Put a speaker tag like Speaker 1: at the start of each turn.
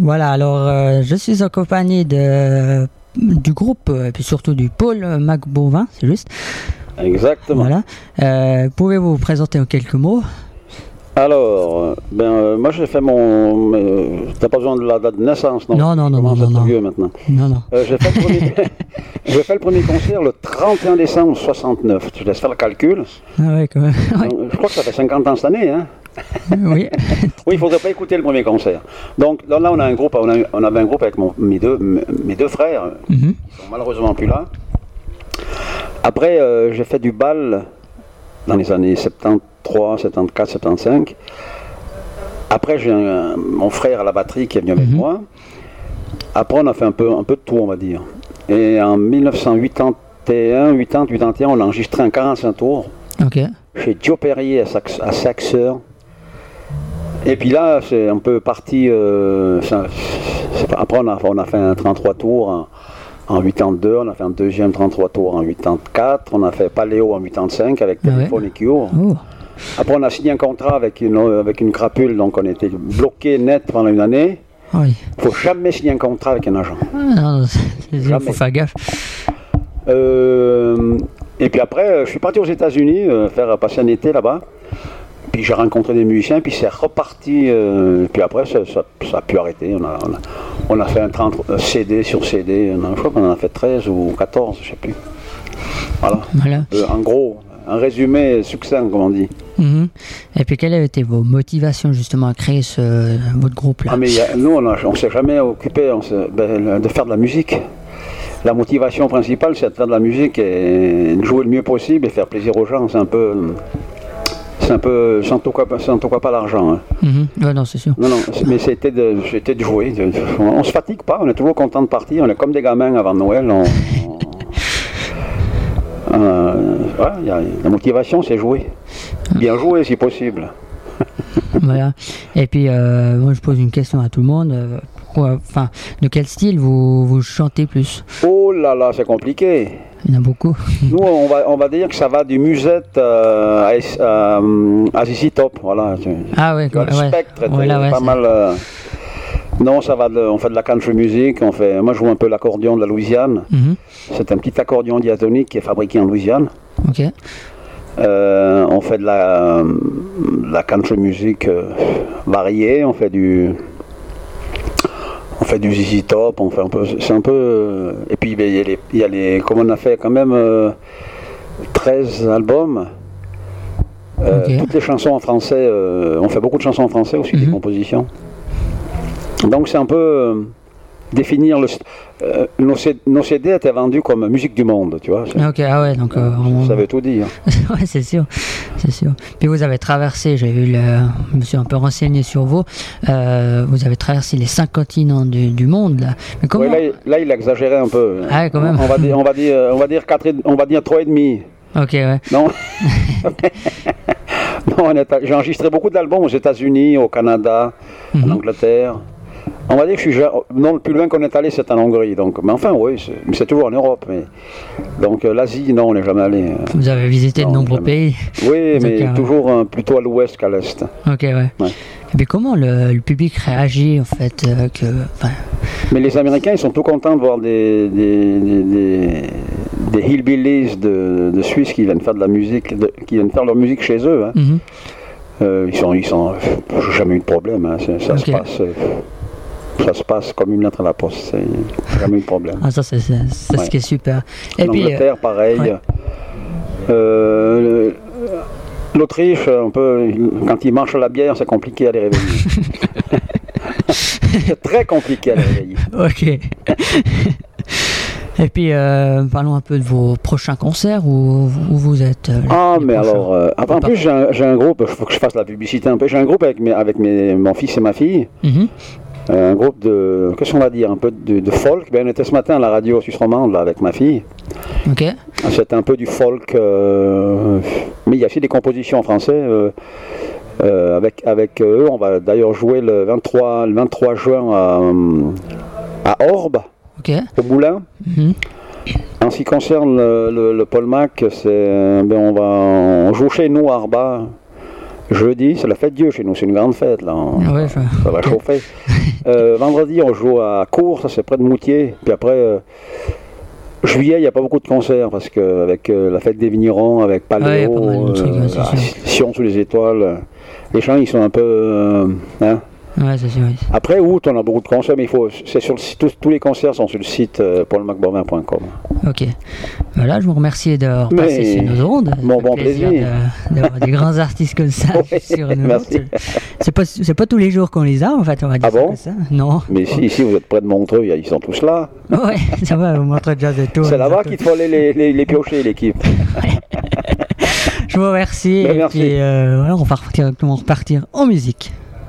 Speaker 1: Voilà, alors euh, je suis en compagnie de, du groupe, euh, et puis surtout du pôle Mac Bovin, c'est juste.
Speaker 2: Ah Exactement.
Speaker 1: Voilà. Euh, Pouvez-vous vous présenter en quelques mots
Speaker 2: Alors, euh, ben, euh, moi j'ai fait mon. euh, T'as pas besoin de la date de naissance, non
Speaker 1: Non, non, non,
Speaker 2: Je commence
Speaker 1: non,
Speaker 2: à être
Speaker 1: non, non.
Speaker 2: vieux maintenant.
Speaker 1: Non, non.
Speaker 2: Euh, j'ai, fait le premier... j'ai fait le premier concert le 31 décembre 69. Tu laisses faire le calcul.
Speaker 1: Ah ouais, quand même. Ouais,
Speaker 2: Donc, je crois que ça fait 50 ans cette année. Hein
Speaker 1: oui.
Speaker 2: oui, il faudrait pas écouter le premier concert. Donc là, là, on, a un groupe, on, a eu- on avait un groupe avec mon- mes, deux, mes deux frères,
Speaker 1: Mhm.
Speaker 2: Ils sont malheureusement plus là. Après, euh, j'ai fait du bal dans les années 73, 74, 75. Après, j'ai un- mon frère à la batterie qui est venu avec
Speaker 1: Mhm.
Speaker 2: moi. Après, on a fait un peu, un peu de tout, on va dire. Et en 1981, 80, 81, on a enregistré un 45 tours
Speaker 1: Ok.
Speaker 2: chez Joe Perrier à, Sax- à Saxeur. Et puis là, c'est un peu parti. euh, ça- c'est pas- après, on a, on a fait un 33 tours en, en 82, on a fait un deuxième 33 tours en 84, on a fait Paléo en 85 avec
Speaker 1: Ah ouais.
Speaker 2: Telephone et Cure.
Speaker 1: Oh.
Speaker 2: Après, on a signé un contrat avec une, avec une crapule, donc on était bloqué net pendant une année.
Speaker 1: Ah oui.
Speaker 2: faut jamais signer un contrat avec un agent.
Speaker 1: Ah, non, non, c'est- il faut
Speaker 2: Jamais.
Speaker 1: faire gaffe.
Speaker 2: Euh, et puis après, euh, je suis parti aux États-Unis euh, faire passer un été là-bas. Puis j'ai rencontré des musiciens, puis c'est reparti. euh, puis après, ça, ça- ça a pu arrêter. On a, on a- on a fait un 30 euh, CD sur CD. On a- je crois qu'on en a fait 13 ou 14, je sais plus. Voilà.
Speaker 1: Voilà.
Speaker 2: Euh, en gros, un résumé succinct, comme on dit.
Speaker 1: Mhm. Et puis, quelles étaient vos motivations justement à créer ce, votre groupe-là
Speaker 2: Ah, mais il y a- nous, on ne s'est jamais occupé on s'est- ben, de faire de la musique. La motivation principale, c'est de faire de la musique et de jouer le mieux possible et faire plaisir aux gens. C'est un peu. C'est un peu. Sans tout quoi, sans tout quoi pas l'argent. hein.
Speaker 1: Mhm. Ouais, Non, c'est sûr.
Speaker 2: Non, non, c'est- mais c'était de, c'était de jouer. de- de- on ne se fatigue pas, on est toujours content de partir. On est comme des gamins avant Noël. on- on- Euh, ouais, il y a- la motivation, c'est jouer. Bien jouer si possible.
Speaker 1: Voilà. Et puis, euh, moi, je pose une question à tout le monde. Euh, pourquoi- Enfin, de quel style vous, vous chantez plus
Speaker 2: Oh là là, c'est compliqué.
Speaker 1: Il y en a beaucoup.
Speaker 2: Nous, on va, on va dire que ça va du musette euh, à, S- à, hum, à ZZ Top. Voilà. Tu-
Speaker 1: Ah ouais,
Speaker 2: tu vois,
Speaker 1: quoi,
Speaker 2: le
Speaker 1: ouais.
Speaker 2: spectre était
Speaker 1: Voilà, ouais,
Speaker 2: pas
Speaker 1: c'est-
Speaker 2: mal. euh, Non, ça va. de- on fait de la country music. On fait, moi, je joue un peu l'accordion de la Louisiane.
Speaker 1: Mhm.
Speaker 2: C'est un petit accordion diatonique qui est fabriqué en Louisiane.
Speaker 1: Ok.
Speaker 2: Euh, on fait de la, euh, de la country music euh, variée. On fait du. On fait du ZZ Top, on fait un peu, c'est un peu, euh, et puis ben, il y, a les- il y a les, comme on a fait quand même euh, 13 albums, Euh,
Speaker 1: Ok.
Speaker 2: toutes les chansons en français, euh, on fait beaucoup de chansons en français aussi, des
Speaker 1: Mhm.
Speaker 2: compositions. Donc c'est un peu euh, définir le, st- euh, nos, C- nos CD étaient vendus comme musique du monde, tu vois, c'est-
Speaker 1: Ok, ah ouais, donc euh, vraiment-
Speaker 2: ça veut tout dire.
Speaker 1: ouais, c'est sûr, c'est sûr. Puis vous avez traversé, j'ai vu le, je me suis un peu renseigné sur vous. euh, vous avez traversé les cinq continents du, du monde là. Mais comment
Speaker 2: Oui, là, il- là, il a exagéré un peu.
Speaker 1: Ah ouais, quand même.
Speaker 2: On va dire, on va dire, euh, on va dire quatre et- on va dire trois et demi.
Speaker 1: Ok, ouais.
Speaker 2: Non. non, on est à- j'ai enregistré beaucoup d'albums aux États-Unis, au Canada, en
Speaker 1: Mhm.
Speaker 2: Angleterre. On va dire que je suis ja- non le plus loin qu'on est allé, c'est en Hongrie. Donc, mais enfin, oui, c'est- mais c'est toujours en Europe. Mais donc euh, l'Asie, non, on n'est jamais allé. Euh,
Speaker 1: Vous avez visité
Speaker 2: Non,
Speaker 1: de nombreux
Speaker 2: jamais.
Speaker 1: pays.
Speaker 2: Oui, mais
Speaker 1: D'accord.
Speaker 2: toujours euh, plutôt à l'ouest qu'à l'est.
Speaker 1: Ok, ouais.
Speaker 2: Ouais.
Speaker 1: Et puis comment le, le public réagit en fait euh, que, enfin,
Speaker 2: Mais les Américains, ils sont tout contents de voir des, des, des, des- des hillbillies de, de Suisse qui viennent faire de la musique, de- qui viennent faire leur musique chez eux. hein.
Speaker 1: mhm.
Speaker 2: Euh, ils sont, ils sont, j'ai jamais eu de problème. hein. C'est- Ça
Speaker 1: Ok.
Speaker 2: se passe, euh, ça se passe comme une lettre à la poste. C'est jamais eu de problème.
Speaker 1: Ah, ça c'est c'est- c'est
Speaker 2: Ouais.
Speaker 1: ce qui est super. Et
Speaker 2: En
Speaker 1: puis euh,
Speaker 2: Angleterre, pareil.
Speaker 1: ouais.
Speaker 2: Euh, L'Autriche, on peut, quand ils marchent à la bière, c'est compliqué à les réveiller. c'est très compliqué à les réveiller.
Speaker 1: Ok. Et puis, euh, parlons un peu de vos prochains concerts où, où vous êtes. euh, les-
Speaker 2: Ah,
Speaker 1: les
Speaker 2: mais
Speaker 1: prochains.
Speaker 2: alors, euh, après, en plus, j'ai un, j'ai un groupe, il faut que je fasse la publicité un peu. J'ai un groupe avec, mes, avec mes, mon fils et ma fille,
Speaker 1: Mhm.
Speaker 2: euh, un groupe de, qu'est-ce qu'on va dire, un peu de, de folk. Ben, on était ce matin à la radio suisse romande là, avec ma fille. Ah,
Speaker 1: Ok.
Speaker 2: C'est un peu du folk, euh, mais il y a aussi des compositions en français. euh, euh, avec, avec eux, on va d'ailleurs jouer le 23, le 23 juin à, euh, à Orbe,
Speaker 1: Ok.
Speaker 2: au Moulin.
Speaker 1: Mhm.
Speaker 2: En ce qui concerne le, le, le Paul Mac, c'est, euh, ben, on va on joue chez nous à Arba jeudi. C'est la fête Dieu chez nous, c'est une grande fête là. on-
Speaker 1: Ah Ouais, je-
Speaker 2: Ça va chauffer. Euh, vendredi, on joue à Cours, ça c'est près de Moutier. Puis après, euh, juillet, il n'y a pas beaucoup de concerts parce que avec euh, la fête des vignerons, avec
Speaker 1: Ouais, y a
Speaker 2: Paléo,
Speaker 1: pas mal de trucs, ouais, c'est
Speaker 2: ah,
Speaker 1: sûr.
Speaker 2: Sion sous les étoiles, euh, les gens ils sont un peu. euh, hein.
Speaker 1: Ouais, c'est sûr. oui.
Speaker 2: Après août, on a beaucoup de concerts, mais il faut. C'est sur le site, tous, tous les concerts sont sur le site euh, paulmacbaumin.com.
Speaker 1: Ok. Voilà, je vous remercie de repasser
Speaker 2: Mais-
Speaker 1: sur nos ondes.
Speaker 2: Bon,
Speaker 1: Ça fait
Speaker 2: bon plaisir.
Speaker 1: de- D'avoir des grands artistes comme ça
Speaker 2: Ouais,
Speaker 1: sur nos
Speaker 2: merci.
Speaker 1: ondes. C'est pas, c'est pas tous les jours qu'on les a, en fait, on va dire
Speaker 2: Ah
Speaker 1: ça
Speaker 2: bon
Speaker 1: comme ça. Non.
Speaker 2: Mais si, ici, vous êtes près de Montreux, ils sont tous là.
Speaker 1: Ouais, ça va, vous montrez déjà de tout.
Speaker 2: C'est là-bas qu'il faut aller les, les- les piocher, l'équipe.
Speaker 1: Je vous remercie.
Speaker 2: Ben,
Speaker 1: et
Speaker 2: merci.
Speaker 1: puis, euh, voilà, on va repartir, on va repartir en musique.